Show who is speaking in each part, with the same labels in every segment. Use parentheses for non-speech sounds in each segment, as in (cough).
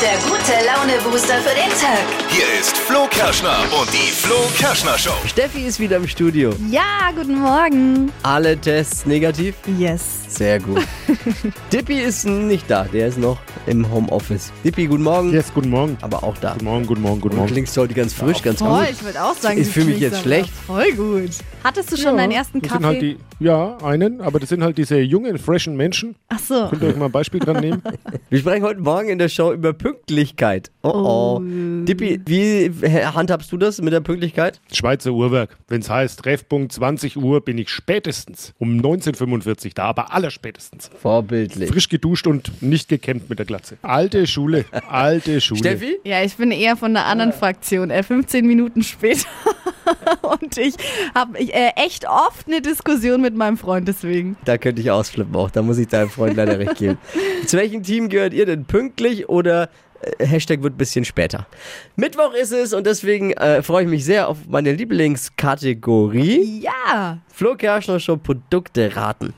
Speaker 1: der gute Laune-Booster für den Tag.
Speaker 2: Hier ist Flo Kerschner und die Flo Kerschner Show.
Speaker 3: Steffi ist wieder im Studio.
Speaker 4: Ja, guten Morgen.
Speaker 3: Alle Tests negativ?
Speaker 4: Yes.
Speaker 3: Sehr gut. Dippy ist nicht da, der ist noch im Homeoffice. Dippy, guten Morgen.
Speaker 5: Yes, guten Morgen.
Speaker 3: Aber auch da.
Speaker 5: Guten Morgen, guten Morgen, guten
Speaker 3: Du
Speaker 5: Morgen.
Speaker 3: klingst heute ganz frisch, ganz
Speaker 4: Voll,
Speaker 3: gut.
Speaker 4: ich würde auch sagen,
Speaker 3: Ich
Speaker 4: du
Speaker 3: fühl mich
Speaker 4: klingst
Speaker 3: jetzt
Speaker 4: aber
Speaker 3: schlecht.
Speaker 4: Voll gut. Hattest du schon deinen ersten
Speaker 5: das
Speaker 4: Kaffee?
Speaker 5: sind halt die, ja, einen, aber das sind halt diese jungen, freshen Menschen.
Speaker 4: Ach so.
Speaker 5: Könnt ihr euch mal ein Beispiel dran
Speaker 4: (laughs)
Speaker 5: nehmen?
Speaker 3: Wir sprechen heute Morgen in der Show über Pünktlichkeit. Oh oh. Dippy, wie handhabst du das mit der Pünktlichkeit?
Speaker 5: Schweizer Uhrwerk. Wenn es heißt, Treffpunkt 20 Uhr, bin ich spätestens um 1945 da, aber allerspätestens.
Speaker 3: Vorbildlich.
Speaker 5: Frisch geduscht und nicht gekämmt mit der Glatze. Alte Schule, alte Schule.
Speaker 3: Steffi?
Speaker 4: Ja, ich bin eher von einer anderen Fraktion. Äh, 15 Minuten später. (laughs) Und ich habe äh, echt oft eine Diskussion mit meinem Freund deswegen.
Speaker 3: Da könnte ich ausflippen auch. Da muss ich deinem Freund leider recht geben. Zu welchem Team gehört ihr denn? Pünktlich oder äh, Hashtag wird ein bisschen später? Mittwoch ist es und deswegen äh, freue ich mich sehr auf meine Lieblingskategorie.
Speaker 4: Ja.
Speaker 3: Flo Kerschner Show Produkte raten.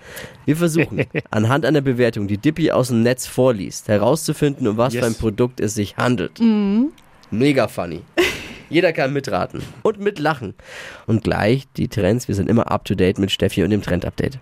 Speaker 3: Wir versuchen anhand einer Bewertung, die Dippy aus dem Netz vorliest, herauszufinden, um was
Speaker 5: Yes.
Speaker 3: für ein Produkt es sich handelt. Mega funny. Jeder kann mitraten und mitlachen. Und gleich die Trends. Wir sind immer up to date mit Steffi und dem Trend-Update.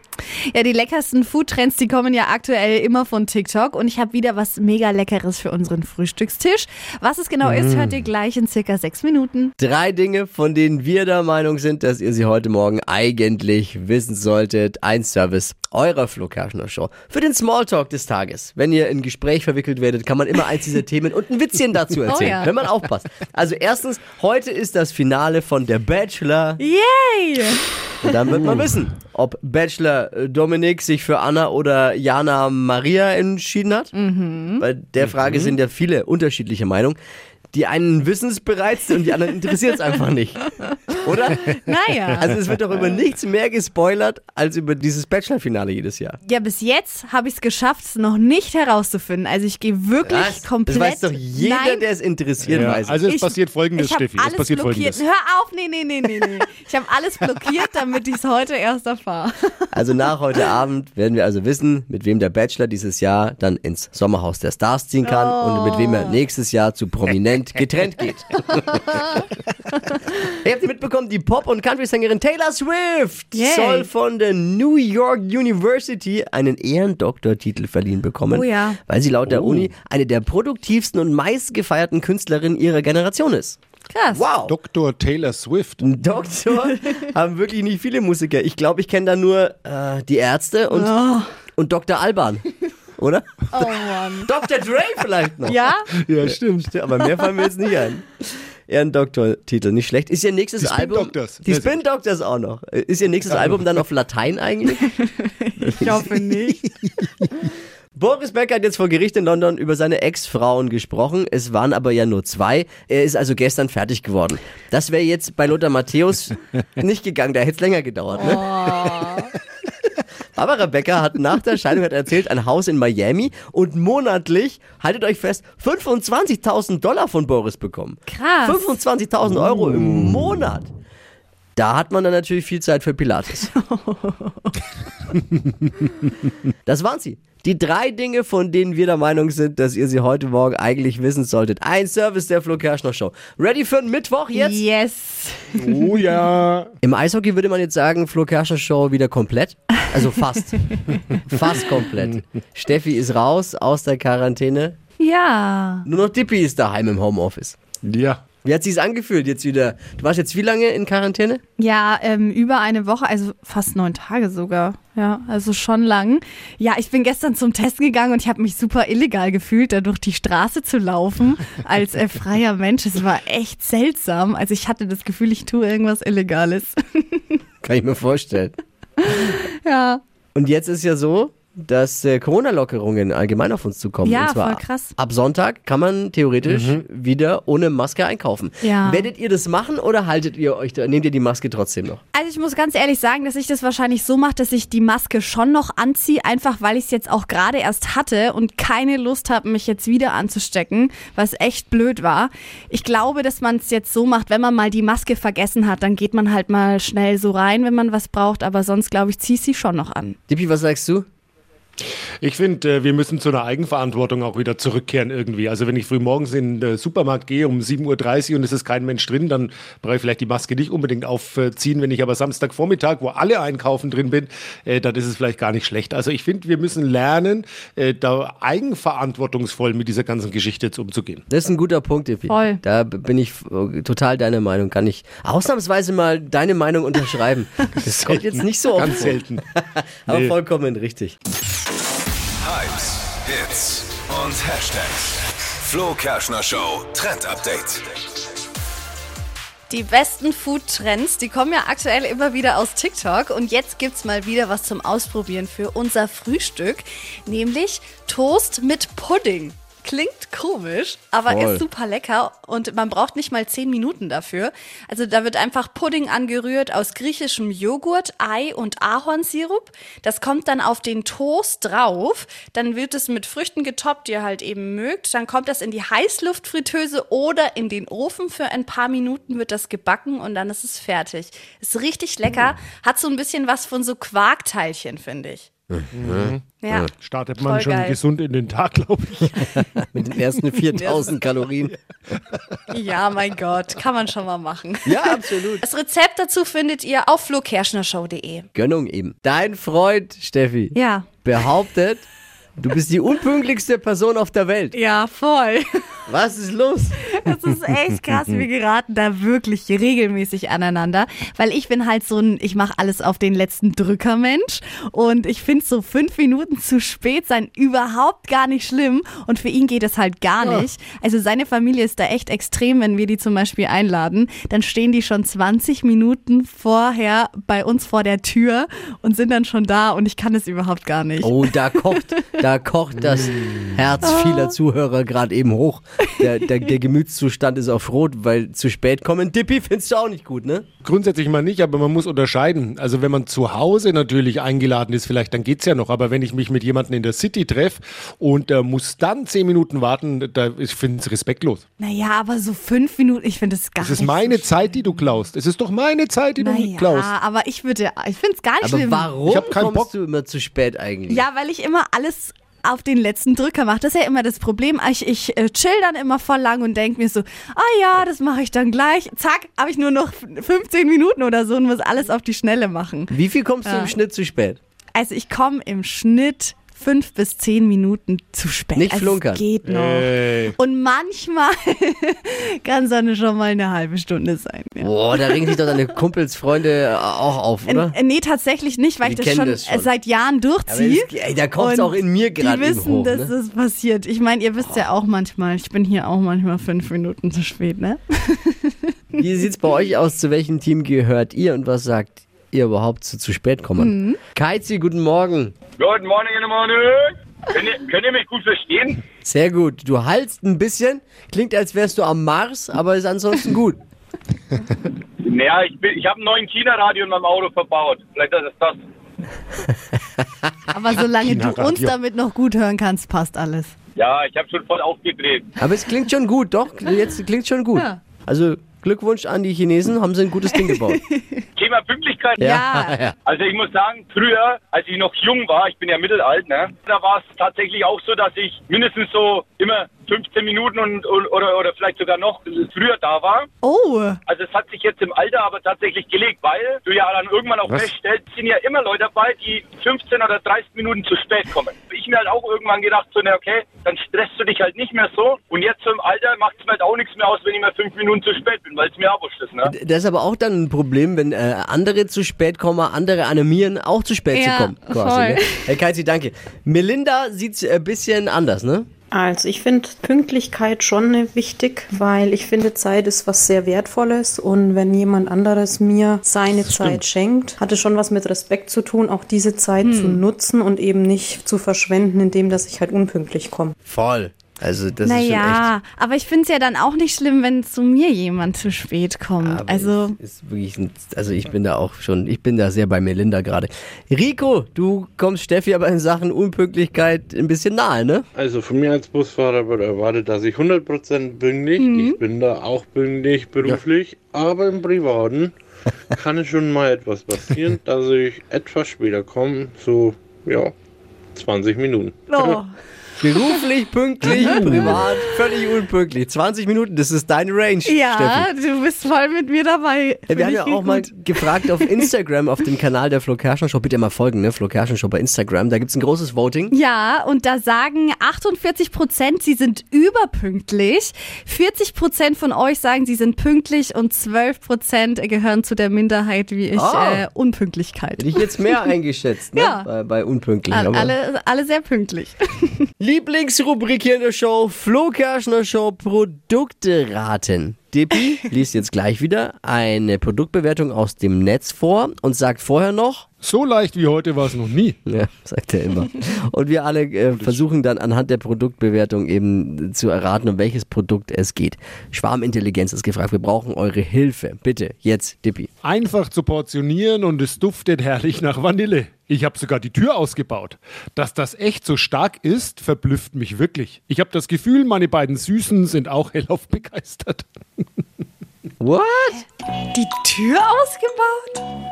Speaker 4: Ja, die leckersten Foodtrends, die kommen ja aktuell immer von TikTok. Und ich habe wieder was mega Leckeres für unseren Frühstückstisch. Was es genau ist,
Speaker 3: Mm.
Speaker 4: hört ihr gleich in circa sechs Minuten.
Speaker 3: Drei Dinge, von denen wir der Meinung sind, dass ihr sie heute Morgen eigentlich wissen solltet. Ein Service eurer Flo Kerschner Show. Für den Smalltalk des Tages. Wenn ihr in Gespräch verwickelt werdet, kann man immer eins dieser Themen und ein Witzchen dazu erzählen,
Speaker 4: ja.
Speaker 3: wenn man aufpasst. Also erstens, heute ist das Finale von Der Bachelor.
Speaker 4: Yay!
Speaker 3: Und dann wird
Speaker 4: Mhm.
Speaker 3: man wissen, ob Bachelor äh, Dominik sich für Anna oder Jana Maria entschieden hat.
Speaker 4: Mhm.
Speaker 3: Bei der Frage sind ja viele unterschiedliche Meinungen. Die einen wissen es bereits und die anderen interessiert es einfach nicht.
Speaker 4: (laughs)
Speaker 3: Oder?
Speaker 4: Naja.
Speaker 3: (laughs) Also es wird doch über nichts mehr gespoilert als über dieses Bachelor-Finale jedes Jahr.
Speaker 4: Ja, bis jetzt habe ich es geschafft, es noch nicht herauszufinden. Also ich gehe wirklich komplett.
Speaker 3: Das weiß doch jeder,
Speaker 4: Nein,
Speaker 3: der es interessiert,
Speaker 5: Ja,
Speaker 3: weiß es.
Speaker 5: also es
Speaker 4: Ich-
Speaker 5: passiert folgendes,
Speaker 4: ich habe
Speaker 5: Steffi.
Speaker 4: alles
Speaker 5: es passiert
Speaker 4: blockiert.
Speaker 5: folgendes.
Speaker 4: Hör auf, nee, nee, nee, nee, nee. Ich habe alles blockiert, damit ich es heute erst erfahre.
Speaker 3: Also nach heute Abend werden wir also wissen, mit wem der Bachelor dieses Jahr dann ins Sommerhaus der Stars ziehen kann und mit wem er nächstes Jahr zu prominent getrennt
Speaker 4: (laughs)
Speaker 3: geht. Ihr habt mitbekommen, die Pop- und Country-Sängerin Taylor Swift
Speaker 4: Yay.
Speaker 3: soll von der New York University einen Ehrendoktortitel verliehen bekommen,
Speaker 4: Oh ja.
Speaker 3: weil sie laut der Uni eine der produktivsten und meistgefeierten Künstlerinnen ihrer Generation ist.
Speaker 4: (laughs) Krass.
Speaker 3: Wow!
Speaker 5: Dr. Taylor Swift.
Speaker 3: Ein Doktor haben wirklich nicht viele Musiker. Ich glaube, ich kenne da nur äh, die Ärzte und, und Dr. Alban. Oder? (laughs)
Speaker 4: Oh Mann.
Speaker 3: Dr. Dre vielleicht noch.
Speaker 4: Ja?
Speaker 5: Ja, stimmt.
Speaker 3: Aber mehr fallen mir jetzt nicht ein. Eher ein Doktortitel, nicht schlecht. Ist ihr nächstes
Speaker 5: Die Spin
Speaker 3: Album.
Speaker 5: Doctors.
Speaker 3: Die Spin Doctors auch noch. Ist ihr nächstes Album dann auf Latein eigentlich?
Speaker 4: Ich hoffe (laughs) nicht.
Speaker 3: Boris Becker hat jetzt vor Gericht in London über seine Ex-Frauen gesprochen. Es waren aber ja nur zwei. Er ist also gestern fertig geworden. Das wäre jetzt bei Lothar Matthäus nicht gegangen. Da hätte es länger gedauert. Ne? (laughs) Barbara Becker hat nach der Scheidung hat erzählt, ein Haus in Miami und monatlich, haltet euch fest, 25.000 Dollar von Boris bekommen.
Speaker 4: Krass.
Speaker 3: 25.000 Euro im Monat. Da hat man dann natürlich viel Zeit für Pilates. Das waren sie. Die drei Dinge, von denen wir der Meinung sind, dass ihr sie heute Morgen eigentlich wissen solltet. Ein Service der Flo Kerschner Show. Ready für den Mittwoch jetzt?
Speaker 4: Yes.
Speaker 5: Oh ja.
Speaker 3: Im Eishockey würde man jetzt sagen, Flo Kerschner Show wieder komplett. Also fast. fast komplett. Steffi ist raus aus der Quarantäne.
Speaker 4: Ja.
Speaker 3: Nur noch Dippy ist daheim im Homeoffice.
Speaker 5: Ja.
Speaker 3: Wie hat sich's angefühlt jetzt wieder? Du warst jetzt wie lange in Quarantäne?
Speaker 4: Ja, ähm, über eine Woche, also fast neun Tage sogar. Ja, also schon lang. Ja, ich bin gestern zum Testen gegangen und ich habe mich super illegal gefühlt, da durch die Straße zu
Speaker 5: (laughs)
Speaker 4: laufen als äh, freier Mensch. Es war echt seltsam. Also ich hatte das Gefühl, ich tue irgendwas Illegales. (laughs)
Speaker 3: Kann ich mir vorstellen.
Speaker 4: Ja.
Speaker 3: Und jetzt ist ja so, dass äh, Corona-Lockerungen allgemein auf uns zukommen.
Speaker 4: Ja,
Speaker 3: Und zwar
Speaker 4: voll krass.
Speaker 3: Ab Sonntag kann man theoretisch wieder ohne Maske einkaufen.
Speaker 4: Ja.
Speaker 3: Werdet ihr das machen oder haltet ihr euch da, nehmt ihr die Maske trotzdem noch?
Speaker 4: Also ich muss ganz ehrlich sagen, dass ich das wahrscheinlich so mache, dass ich die Maske schon noch anziehe, einfach weil ich es jetzt auch gerade erst hatte und keine Lust habe, mich jetzt wieder anzustecken, was echt blöd war. Ich glaube, dass man es jetzt so macht, wenn man mal die Maske vergessen hat, dann geht man halt mal schnell so rein, wenn man was braucht, aber sonst glaube ich, ziehe ich sie schon noch an.
Speaker 3: Dippi, was sagst du?
Speaker 5: Ich finde, äh, wir müssen zu einer Eigenverantwortung auch wieder zurückkehren irgendwie. Also wenn ich früh morgens in den äh, Supermarkt gehe um 7.30 Uhr und es ist kein Mensch drin, dann brauche ich vielleicht die Maske nicht unbedingt aufziehen. Wenn ich aber Samstagvormittag, wo alle einkaufen drin bin, äh, dann ist es vielleicht gar nicht schlecht. Also ich finde, wir müssen lernen, äh, da eigenverantwortungsvoll mit dieser ganzen Geschichte jetzt umzugehen.
Speaker 3: Das ist ein guter Punkt, Epi.
Speaker 4: Voll.
Speaker 3: Da b- bin ich äh, total deiner Meinung. Kann ich ausnahmsweise mal deine Meinung unterschreiben. Das kommt jetzt nicht so oft
Speaker 5: Ganz
Speaker 3: vor,
Speaker 5: selten.
Speaker 3: aber
Speaker 5: Nee.
Speaker 3: vollkommen richtig.
Speaker 2: Hypes, Hits und Hashtags. Flo Kerschner Show Trend Update.
Speaker 1: Die besten Food-Trends, die kommen ja aktuell immer wieder aus TikTok. Und jetzt gibt's mal wieder was zum Ausprobieren für unser Frühstück, nämlich Toast mit Pudding. Klingt komisch, aber
Speaker 3: Voll.
Speaker 1: ist super lecker und man braucht nicht mal 10 Minuten dafür. Also da wird einfach Pudding angerührt aus griechischem Joghurt, Ei und Ahornsirup. Das kommt dann auf den Toast drauf. Dann wird es mit Früchten getoppt, die ihr halt eben mögt. Dann kommt das in die Heißluftfritteuse oder in den Ofen. Für ein paar Minuten wird das gebacken und dann ist es fertig. Ist richtig lecker. Hat so ein bisschen was von so Quarkteilchen, finde ich.
Speaker 3: Mhm.
Speaker 1: Ja.
Speaker 5: Startet man
Speaker 1: Voll
Speaker 5: schon
Speaker 1: geil.
Speaker 5: gesund in den Tag, (laughs) glaube ich.
Speaker 3: Mit den (laughs) ersten 4000 Kalorien.
Speaker 1: ja, mein Gott. Kann man schon mal machen.
Speaker 3: Ja, absolut.
Speaker 1: Das Rezept dazu findet ihr auf flokerschnershow.de.
Speaker 3: Gönnung eben. Dein Freund, Steffi,
Speaker 4: Ja.
Speaker 3: behauptet, du bist die unpünktlichste Person auf der Welt.
Speaker 4: Ja, voll.
Speaker 3: Was ist los?
Speaker 4: Das ist echt krass. Wir geraten da wirklich regelmäßig aneinander, weil ich bin halt so ein, ich mache alles auf den letzten Drücker Mensch und ich finde so fünf Minuten zu spät sein überhaupt gar nicht schlimm und für ihn geht es halt gar nicht. Also seine Familie ist da echt extrem, wenn wir die zum Beispiel einladen, dann stehen die schon 20 Minuten vorher bei uns vor der Tür und sind dann schon da und ich kann es überhaupt gar nicht.
Speaker 3: Oh, da kocht, da kocht das Herz
Speaker 4: Ah.
Speaker 3: vieler Zuhörer gerade eben hoch. Der, der, der Gemütszustand ist auf Rot, weil zu spät kommen. Dippi findest du auch nicht gut, ne?
Speaker 5: Grundsätzlich mal nicht, aber man muss unterscheiden. Also wenn man zu Hause natürlich eingeladen ist, vielleicht dann geht's ja noch. Aber wenn ich mich mit jemandem in der City treffe und äh, muss dann zehn Minuten warten, da, ich finde es respektlos.
Speaker 4: Naja, aber so fünf Minuten, ich finde es gar
Speaker 5: Es ist
Speaker 4: nicht
Speaker 5: meine Zeit, die du klaust. Es ist doch meine Zeit, die du klaust.
Speaker 4: Naja, aber ich würde, ich finde es gar nicht
Speaker 3: Aber
Speaker 4: schlimm.
Speaker 3: warum
Speaker 5: Ich hab keinen
Speaker 3: kommst
Speaker 5: Bock.
Speaker 3: du immer zu spät eigentlich?
Speaker 4: Ja, weil ich immer alles auf den letzten Drücker mache. Das ist ja immer das Problem. Ich, ich äh, chill dann immer voll lang und denke mir so, ah ja, das mache ich dann gleich. Zack, habe ich nur noch 15 Minuten oder so und muss alles auf die Schnelle machen.
Speaker 3: Wie viel kommst du
Speaker 4: Ja.
Speaker 3: im Schnitt zu spät?
Speaker 4: Also ich komme im Schnitt fünf bis zehn Minuten zu spät.
Speaker 3: Nicht
Speaker 4: also
Speaker 3: flunkern.
Speaker 4: Es geht noch.
Speaker 5: Ey.
Speaker 4: Und manchmal (laughs) kann es dann schon mal eine halbe Stunde sein. Ja.
Speaker 3: Boah, da regen sich doch deine Kumpels, Freunde äh, auch auf, oder?
Speaker 4: Äh, Nee, tatsächlich nicht, weil
Speaker 3: Die
Speaker 4: ich das
Speaker 3: kennen
Speaker 4: schon,
Speaker 3: das schon.
Speaker 4: äh, seit Jahren
Speaker 3: Aber
Speaker 4: durchziehe.
Speaker 3: es- ey, da kommt's
Speaker 4: Und
Speaker 3: auch in mir gerade
Speaker 4: Die
Speaker 3: eben
Speaker 4: wissen,
Speaker 3: hoch,
Speaker 4: dass
Speaker 3: ne?
Speaker 4: das passiert. Ich meine, ihr wisst ja auch manchmal, ich bin hier auch manchmal fünf Minuten zu spät, ne?
Speaker 3: Wie sieht's bei euch aus? Zu welchem Team gehört ihr und was sagt ihr überhaupt zu zu spät
Speaker 4: Mhm.
Speaker 3: kommen? Kaizi, guten Morgen.
Speaker 6: Guten Morgen, guten Morgen. Könnt ihr, könnt ihr mich gut verstehen?
Speaker 3: Sehr gut. Du hallst ein bisschen. Klingt, als wärst du am Mars, aber ist ansonsten
Speaker 4: (laughs)
Speaker 3: gut.
Speaker 6: Naja, ich, bin- ich habe einen neuen China-Radio in meinem Auto verbaut. Vielleicht ist es das.
Speaker 4: Aber
Speaker 3: (laughs)
Speaker 4: solange du
Speaker 5: Kinderradio.
Speaker 4: uns damit noch gut hören kannst, passt alles.
Speaker 6: Ja, ich habe schon voll aufgedreht.
Speaker 3: Aber es klingt schon gut, doch. Jetzt klingt schon gut.
Speaker 4: Ja.
Speaker 3: Also Glückwunsch an die Chinesen, haben sie ein gutes Ding gebaut.
Speaker 6: Thema Pünktlichkeit.
Speaker 4: (laughs) Ja.
Speaker 3: ja.
Speaker 6: Also ich muss sagen, früher, als ich noch jung war, ich bin ja mittelalt, ne, da war es tatsächlich auch so, dass ich mindestens so immer 15 Minuten und, und oder, oder vielleicht sogar noch früher da war.
Speaker 4: Oh,
Speaker 6: Also es hat sich jetzt im Alter aber tatsächlich gelegt, weil du ja dann irgendwann auch
Speaker 5: Was?
Speaker 6: feststellst, es sind ja immer Leute dabei, die 15 oder 30 Minuten zu spät kommen. Ich mir halt auch irgendwann gedacht, so, na okay, dann stresst du dich halt nicht mehr so. Und jetzt so im Alter macht es mir halt auch nichts mehr aus, wenn ich mal fünf Minuten zu spät bin, weil es mir auch wurscht ist, ne?
Speaker 3: Das ist aber auch dann ein Problem, wenn äh, andere zu spät kommen, andere animieren, auch zu spät zu
Speaker 4: Ja,
Speaker 3: kommen.
Speaker 4: voll.
Speaker 3: ne? Herr Kaizi, danke. Melinda sieht's ein bisschen anders, ne?
Speaker 7: Also ich finde Pünktlichkeit schon äh, wichtig, weil ich finde Zeit ist was sehr Wertvolles und wenn jemand anderes mir seine Zeit schenkt, hat es schon was mit Respekt zu tun, auch diese Zeit zu nutzen und eben nicht zu verschwenden, indem dass ich halt unpünktlich komme.
Speaker 3: Voll. Also das ist schon echt.
Speaker 4: naja, aber ich finde es ja dann auch nicht schlimm, wenn zu mir jemand zu spät kommt.
Speaker 3: Aber
Speaker 4: also,
Speaker 3: es ist wirklich ein, also ich bin da auch schon, ich bin da sehr bei Melinda gerade. Rico, du kommst Steffi aber in Sachen Unpünktlichkeit ein bisschen nahe, ne?
Speaker 8: Also von mir als Busfahrer wird erwartet, dass ich 100% pünktlich, ich bin da auch pünktlich beruflich, aber im (laughs) Privaten kann es schon mal etwas passieren, dass ich etwas später komme, so ja,
Speaker 9: 20 Minuten.
Speaker 8: (laughs)
Speaker 10: Oh. (laughs)
Speaker 3: Beruflich pünktlich,
Speaker 10: Mhm.
Speaker 3: privat völlig unpünktlich. 20 Minuten, das ist deine Range, Steffi.
Speaker 10: Ja, du bist voll mit mir dabei.
Speaker 3: Ja,
Speaker 10: Find
Speaker 3: wir haben
Speaker 10: ich
Speaker 3: ja auch
Speaker 10: gut.
Speaker 3: mal gefragt auf Instagram, auf dem Kanal der Flo Kerschner Show, bitte mal folgen, ne? Flo Kerschner Show bei Instagram, da gibt's ein großes Voting.
Speaker 10: Ja, und da sagen 48 Prozent, sie sind überpünktlich. 40 Prozent von euch sagen, sie sind pünktlich und 12 Prozent gehören zu der Minderheit wie ich,
Speaker 3: Ah.
Speaker 10: äh, Unpünktlichkeit.
Speaker 3: Hätte ich
Speaker 10: (laughs)
Speaker 3: jetzt mehr eingeschätzt, ne?
Speaker 10: Ja.
Speaker 3: Bei, bei unpünktlich.
Speaker 10: Al-
Speaker 3: aber-
Speaker 10: alle, alle sehr pünktlich.
Speaker 3: Lieblingsrubrik hier in der Show, Flo Kerschner Show Produkte raten. Dippi liest jetzt gleich wieder eine Produktbewertung aus dem Netz vor und sagt vorher noch, (laughs)
Speaker 5: So leicht wie heute war es noch nie.
Speaker 3: ja, sagt er immer. Und wir alle äh, versuchen dann anhand der Produktbewertung eben zu erraten, um welches Produkt es geht. Schwarmintelligenz ist gefragt. Wir brauchen eure Hilfe. Bitte, jetzt, Dippi.
Speaker 5: Einfach zu portionieren und es duftet herrlich nach Vanille. Ich habe sogar die Tür ausgebaut. Dass das echt so stark ist, verblüfft mich wirklich. Ich habe das Gefühl, meine beiden Süßen sind auch (laughs) hellauf begeistert.
Speaker 3: What?
Speaker 4: (laughs) Die Tür ausgebaut?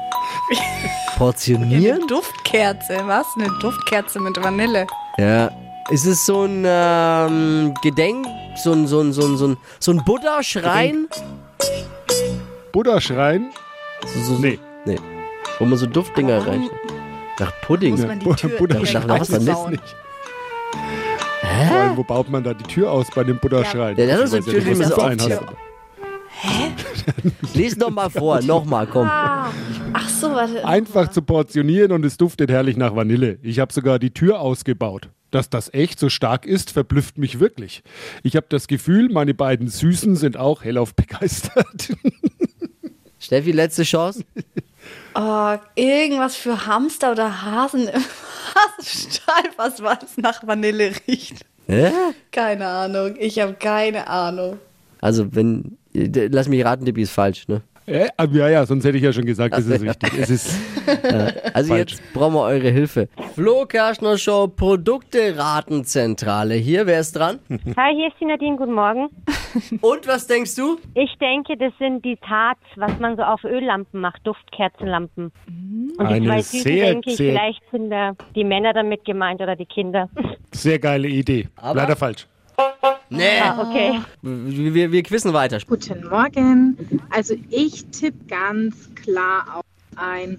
Speaker 3: Portionieren?
Speaker 4: Eine Duftkerze, was? Eine Duftkerze mit Vanille.
Speaker 3: Ja. Ist es so ein ähm, Gedenk, so ein, so ein, so ein, so ein, so ein Buddha-Schrein?
Speaker 5: Buddha-Schrein?
Speaker 3: So, so, so-
Speaker 5: Nee.
Speaker 3: nee. Wo man so Duftdinger
Speaker 4: Aber warum
Speaker 3: reinstellt. Nach Pudding.
Speaker 4: Muss
Speaker 3: (laughs)
Speaker 4: man die
Speaker 5: Bu-
Speaker 4: Tür
Speaker 5: Buddha-
Speaker 4: direkt
Speaker 3: Nach was denn?
Speaker 4: ausbauen?
Speaker 5: Nicht. Vor allem, wo baut man da die Tür aus bei dem Buddha-Schrein?
Speaker 3: Ja, das ist
Speaker 5: Ich weiß
Speaker 3: natürlich
Speaker 5: nicht, was
Speaker 3: so
Speaker 5: du für einen
Speaker 3: Tür.
Speaker 5: hast.
Speaker 3: Lies noch mal
Speaker 4: (laughs)
Speaker 3: vor, noch mal, komm.
Speaker 4: Ach so, warte.
Speaker 5: Einfach zu portionieren und es duftet herrlich nach Vanille. Ich habe sogar die Tür ausgebaut. Dass das echt so stark ist, verblüfft mich wirklich. Ich habe das Gefühl, meine beiden Süßen sind auch hellauf begeistert. (laughs)
Speaker 3: Steffi, letzte Chance.
Speaker 4: Oh, irgendwas für Hamster oder Hasen im (laughs) Hasenstall, was was nach Vanille riecht.
Speaker 3: Hä?
Speaker 4: Keine Ahnung. Ich habe keine Ahnung.
Speaker 3: Also, wenn. d- Lass mich raten, Dippi ist falsch, ne?
Speaker 5: äh, aber ja, ja, sonst hätte ich ja schon gesagt, es ist wichtig. Es ist
Speaker 3: Also
Speaker 5: Falsch.
Speaker 3: jetzt brauchen wir eure Hilfe. Flo Kerschner Show Produkte Ratenzentrale. Hier, wer ist
Speaker 5: (laughs)
Speaker 3: dran?
Speaker 7: Hi, hier ist die Nadine, guten Morgen.
Speaker 3: Und was denkst du?
Speaker 7: Ich denke, das sind die Tarts, was man so auf Öllampen macht, Duftkerzenlampen. Und die
Speaker 5: Eine
Speaker 7: zwei Süßen,
Speaker 5: sehr,
Speaker 7: denke ich,
Speaker 5: sehr-
Speaker 7: vielleicht sind da die Männer damit gemeint oder die Kinder.
Speaker 5: sehr geile Idee.
Speaker 3: Aber-
Speaker 5: Leider falsch.
Speaker 3: Nee.
Speaker 7: Okay.
Speaker 3: Wir, wir, wir quizzen weiter.
Speaker 11: Guten Morgen. Also ich tippe ganz klar auf ein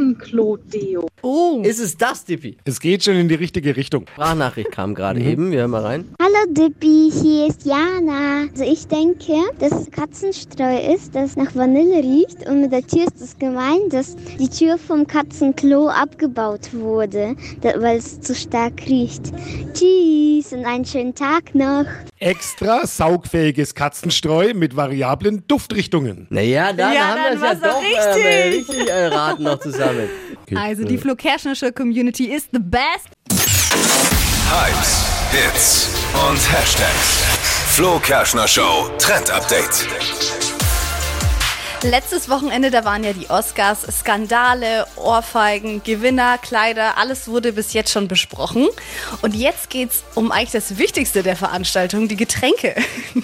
Speaker 11: Katzenklo-Deo.
Speaker 10: Oh.
Speaker 3: Ist es das, Dippi?
Speaker 5: Es geht schon in die richtige Richtung.
Speaker 3: Sprachnachricht kam gerade
Speaker 10: Mhm.
Speaker 3: eben. Wir hören mal rein.
Speaker 12: Hallo Dippi, hier ist Jana. Also ich denke, dass es Katzenstreu ist, das nach Vanille riecht und mit der Tür ist es gemeint, dass die Tür vom Katzenklo abgebaut wurde, da- weil es zu stark riecht. Tschüss und einen schönen Tag noch.
Speaker 5: Extra saugfähiges Katzenstreu mit variablen Duftrichtungen.
Speaker 3: Naja, dann
Speaker 10: Ja,
Speaker 3: haben
Speaker 10: dann
Speaker 3: wir es
Speaker 10: war's
Speaker 3: ja
Speaker 10: doch
Speaker 3: doch äh, richtig äh, raten noch (laughs) zusammen.
Speaker 10: Also die Flo Kerschnische Community ist the best.
Speaker 2: Hypes, Hits und Hashtags. Flo Kerschner Show Trend Update.
Speaker 4: Letztes Wochenende, da waren ja die Oscars, Skandale, Ohrfeigen, Gewinner, Kleider, alles wurde bis jetzt schon besprochen. Und jetzt geht's um eigentlich das Wichtigste der Veranstaltung, die Getränke. (laughs)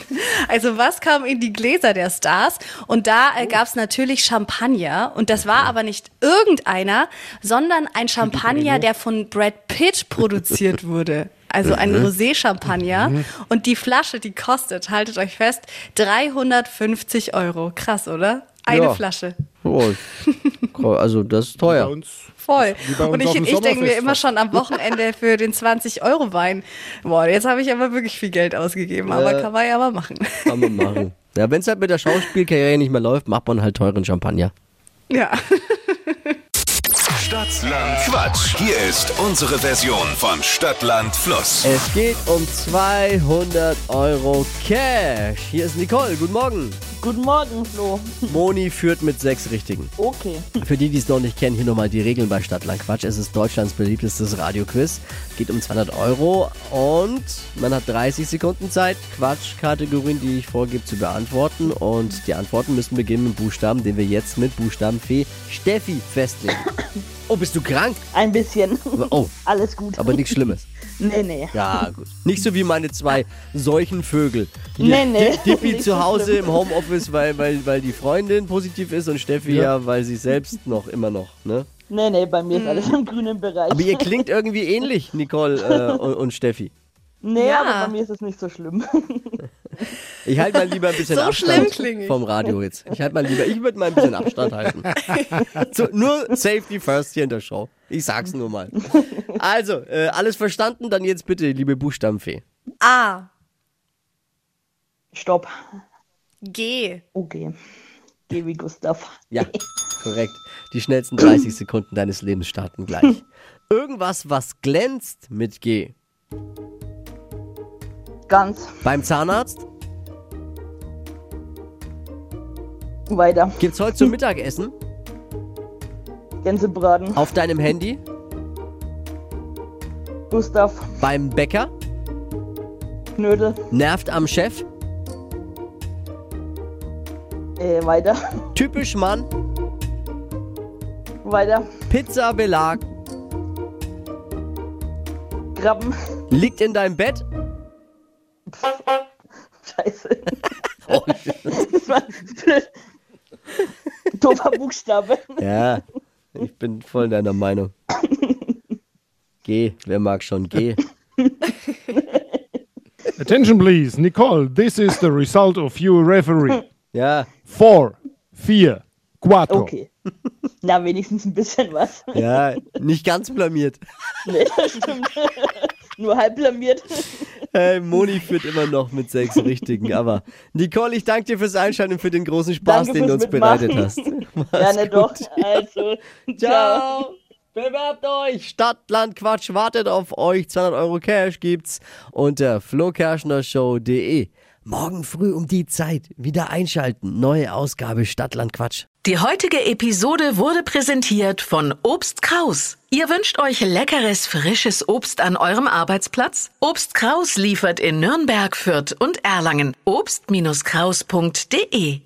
Speaker 4: Also was kam in die Gläser der Stars? Und da äh, gab's natürlich Champagner. Und das war aber nicht irgendeiner, sondern ein Champagner, der von Brad Pitt produziert wurde. Also ein
Speaker 5: Mhm.
Speaker 4: Rosé-Champagner. Und die Flasche, die kostet, haltet euch fest, 350 Euro. Krass, oder? Eine
Speaker 3: Ja.
Speaker 4: Flasche.
Speaker 3: Oh, also das ist
Speaker 5: Bei
Speaker 3: teuer.
Speaker 5: uns
Speaker 4: Voll.
Speaker 5: Wie bei uns
Speaker 4: Und
Speaker 5: auf
Speaker 4: ich,
Speaker 5: dem
Speaker 4: ich denke mir
Speaker 5: Sommerfest
Speaker 4: immer
Speaker 5: fast.
Speaker 4: schon am Wochenende für den 20-Euro-Wein. Boah, jetzt habe ich aber wirklich viel Geld ausgegeben. Aber
Speaker 3: Äh.
Speaker 4: kann man ja mal machen. (laughs)
Speaker 3: Kann man machen. Ja, wenn es halt mit der Schauspielkarriere nicht mehr läuft, macht man halt teuren Champagner.
Speaker 4: Ja.
Speaker 2: Stadtland Quatsch. Hier ist unsere Version von Stadtland Fluss.
Speaker 3: Es geht um 200 Euro Cash. Hier ist Nicole. Guten Morgen.
Speaker 8: Guten Morgen, Flo.
Speaker 3: Moni führt mit sechs Richtigen.
Speaker 8: Okay.
Speaker 3: Für die, die es noch nicht kennen, hier nochmal die Regeln bei Stadtland Quatsch. Es ist Deutschlands beliebtestes Radioquiz. Geht um 200 Euro und man hat 30 Sekunden Zeit, Quatschkategorien, die ich vorgebe, zu beantworten. Und die Antworten müssen beginnen mit Buchstaben, den wir jetzt mit Buchstabenfee Steffi
Speaker 8: (coughs)
Speaker 3: festlegen. Oh, bist du krank?
Speaker 8: Ein bisschen. (laughs)
Speaker 3: Oh,
Speaker 8: Alles gut.
Speaker 3: aber nichts Schlimmes.
Speaker 8: (laughs) Nee, nee.
Speaker 3: Ja, gut. Nicht so wie meine zwei solchen Vögel. Hier,
Speaker 8: Nee, nee.
Speaker 3: Di- Dippi
Speaker 8: Nicht
Speaker 3: zu
Speaker 8: so
Speaker 3: Hause
Speaker 8: schlimm.
Speaker 3: im Homeoffice, weil, weil, weil die Freundin positiv ist und Steffi ja, weil sie selbst noch immer noch, ne?
Speaker 8: Nee, nee, bei mir ist alles im grünen Bereich.
Speaker 3: Aber ihr klingt irgendwie ähnlich, Nicole äh, und, und Steffi.
Speaker 8: Nee,
Speaker 3: Ja.
Speaker 8: aber bei mir ist es nicht so schlimm. (laughs)
Speaker 3: Ich halte mal lieber ein bisschen
Speaker 8: So schlimm
Speaker 3: Abstand
Speaker 8: kling ich.
Speaker 3: vom Radio jetzt. Ich halte mal lieber, ich würde mal ein bisschen Abstand halten. so, nur Safety First hier in der Show. Ich sag's nur mal. Also, äh, alles verstanden? Dann jetzt bitte, liebe Buchstabenfee.
Speaker 1: A.
Speaker 8: Stopp.
Speaker 1: G.
Speaker 8: Okay. Geh wie Gustav.
Speaker 3: Ja, korrekt. Die schnellsten 30 Sekunden deines Lebens starten gleich. Irgendwas, was glänzt mit G.
Speaker 8: Ganz
Speaker 3: Beim Zahnarzt?
Speaker 8: weiter.
Speaker 3: Gibt's heute zum Mittagessen?
Speaker 8: Gänsebraten.
Speaker 3: Auf deinem Handy?
Speaker 8: Gustav.
Speaker 3: Beim Bäcker?
Speaker 8: Knödel.
Speaker 3: Nervt am Chef?
Speaker 8: Äh, weiter. (laughs)
Speaker 3: Typisch Mann?
Speaker 8: Weiter.
Speaker 3: Pizza Belag?
Speaker 8: Krabben.
Speaker 3: Liegt in deinem Bett?
Speaker 8: (laughs)
Speaker 3: (laughs)
Speaker 8: Scheiße.
Speaker 3: Oh,
Speaker 8: (laughs) das war Doofer Buchstabe.
Speaker 3: Ja, ich bin voll deiner
Speaker 8: (laughs)
Speaker 3: Meinung. Geh, wer mag schon, geh.
Speaker 5: Attention, please. Nicole, this is the result of your referee.
Speaker 3: Ja.
Speaker 5: Four, vier, quattro.
Speaker 8: Okay. Na, wenigstens ein bisschen was.
Speaker 3: Ja, nicht ganz blamiert.
Speaker 8: Nee, das stimmt. Nur halb blamiert.
Speaker 3: Hey, Moni führt immer noch mit sechs Richtigen, aber Nicole, ich danke dir fürs Einschalten und für den großen Spaß,
Speaker 8: Danke
Speaker 3: den du
Speaker 8: fürs
Speaker 3: uns bereitet
Speaker 8: Mitmachen.
Speaker 3: hast.
Speaker 8: Ja, ne, doch. (laughs) Also,
Speaker 3: (laughs)
Speaker 8: ciao.
Speaker 3: Ciao! Bewerbt euch! Stadt, Land, Quatsch wartet auf euch. 200 Euro Cash gibt's unter flokerschnershow.de. Morgen früh um die Zeit wieder einschalten. Neue Ausgabe Stadt, Land, Quatsch.
Speaker 7: Die heutige Episode wurde präsentiert von Obst Kraus. Ihr wünscht euch leckeres, frisches Obst an eurem Arbeitsplatz? Obst Kraus liefert in Nürnberg, Fürth und Erlangen. Obst-Kraus.de